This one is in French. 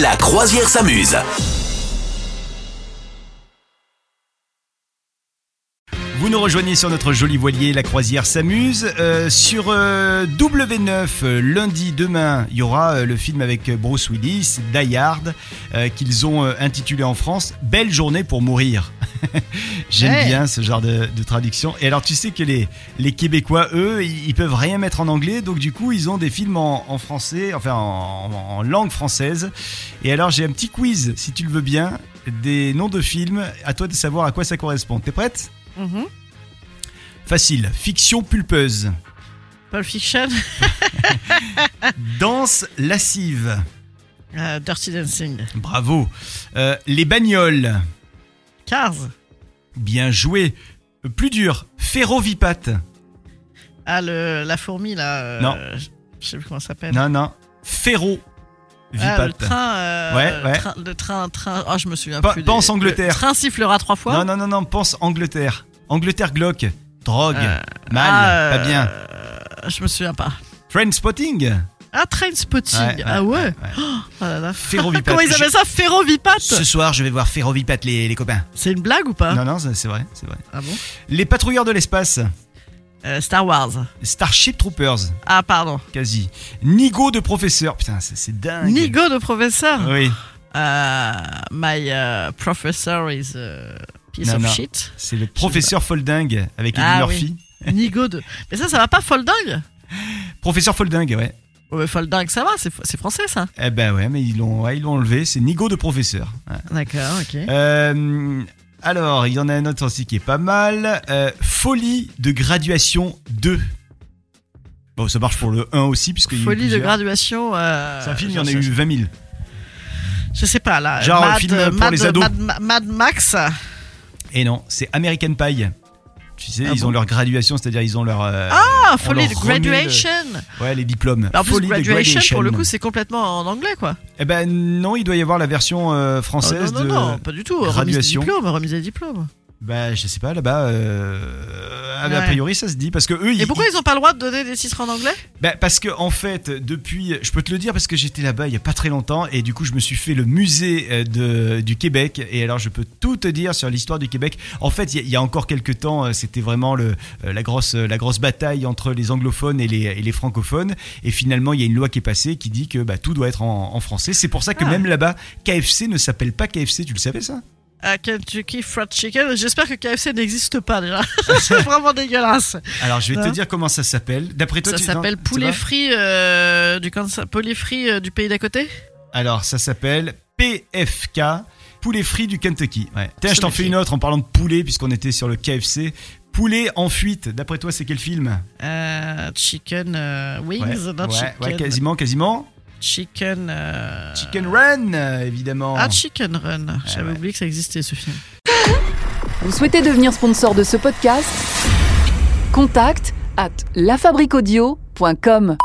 La croisière s'amuse. Vous nous rejoignez sur notre joli voilier, la croisière s'amuse. Euh, sur euh, W9, euh, lundi, demain, il y aura euh, le film avec Bruce Willis, Die Hard, euh, qu'ils ont euh, intitulé en France Belle journée pour mourir. J'aime Ouais. bien ce genre de, de traduction. Et alors, tu sais que les, les Québécois, eux, ils, ils peuvent rien mettre en anglais, donc du coup, ils ont des films en, en français, enfin en, en- en langue française. Et alors, j'ai un petit quiz, si tu le veux bien, des noms de films. À toi de savoir à quoi ça correspond. T'es prête Mhm. Facile. Fiction pulpeuse. Pulp Fiction, Danse lascive. euh, Dirty Dancing, Bravo. Euh, les bagnoles. Cars, Bien joué. Plus dur. Ferrovipate. ah le la fourmi là, euh, Non. je- je sais plus comment ça s'appelle. Non, non. Ferro. Ah, le Vipate. train, euh, Ouais, ouais. train- le train, train. Ah, je me souviens Pa- plus. des- pense Angleterre. Le train sifflera trois fois. non, non, non, non. Pense Angleterre. Angleterre glauque. Drogue. Euh, Mal. ah, Pas bien. euh, je me souviens pas. Trainspotting. Ah, Train Spotting. Ouais, ouais, ah ouais. ouais. Oh là là. Ferrovipate. Comment ils appellent ça Ferrovipate Ce soir, je vais voir Ferrovipate, les, les copains. C'est une blague ou pas Non, non, c'est c'est vrai, c'est vrai. Ah bon Les patrouilleurs de l'espace. Euh, Star Wars. Starship Troopers. Ah pardon. Quasi. Nigo de professeur. Putain, c'est- c'est dingue. Nigo de professeur. Oui. Euh, my euh, professor is a piece Non, of non. shit. C'est le professeur Folding avec Eddie Ah Murphy. Nigo de. Mais ça, ça va pas Folding Professeur Folding, ouais. Ouais, mais Folding, ça va, c'est c'est français ça. Eh ben ouais, mais ils l'ont ouais, ils l'ont enlevé. C'est Nigo de professeur. Ouais. D'accord, ok. Euh, alors, il y en a un autre aussi qui est pas mal. Euh, Folie de graduation 2. Bon, ça marche pour le 1 aussi, puisque Folie de graduation. Euh, C'est un film, il y je en a sais- eu 20 000. Je sais pas là. Genre, Mad, euh, film pour Mad- les ados. Mad, Mad- Mad Max. Et non, c'est American Pie. Tu sais, Ah ils bon ont leur graduation, c'est-à-dire ils ont leur. euh, Ah, on Folie leur de remet le- Graduation. Ouais, les diplômes. Alors, en plus, Folie de graduation, pour le Graduation. coup, c'est complètement en anglais quoi. Eh ben non, il doit y avoir la version euh, Oh, française non, non, de. non, pas du tout. Remise des graduation. diplômes, remise des diplômes. Bah, je sais pas, là-bas, euh, a Ouais. priori, ça se dit. Parce que eux, Et pourquoi ils ont pas le droit de donner des titres en anglais bah, Parce que, en fait, depuis. Je peux te le dire parce que j'étais là-bas il y a pas très longtemps et du coup, je me suis fait le musée euh, de, du Québec. Et alors, je peux tout te dire sur l'histoire du Québec. En fait, il y, a- il y a encore quelques temps, euh, c'était vraiment le, euh, la, grosse, euh, la grosse bataille entre les anglophones et les, et les francophones. Et finalement, il y a une loi qui est passée qui dit que bah, tout doit être en, en français. C'est pour ça que Ah. même là-bas, KFC ne s'appelle pas KFC. Tu le savais, ça à Ah, Kentucky Fried Chicken. J'espère que KFC n'existe pas déjà. c'est vraiment dégueulasse. Alors, je vais te Non. dire comment ça s'appelle. D'après toi, Hein ça tu- non, s'appelle tu poulet vois frit euh, du Kansas, poulet frit euh, du pays d'à côté. Alors, ça s'appelle PFK, poulet frit du Kentucky. Ouais. Tiens, je t'en Poulet fais frit. une autre en parlant de poulet, puisqu'on était sur le KFC. Poulet en fuite, d'après toi, c'est quel film Euh, chicken euh, wings, ouais, non, ouais, chicken, ouais, quasiment, quasiment. chicken. euh, Chicken Run, euh, évidemment. Ah, Chicken Run. J'avais ouais. oublié que ça existait ce film. Vous souhaitez devenir sponsor de ce podcast Contact à lafabriquaudio.com.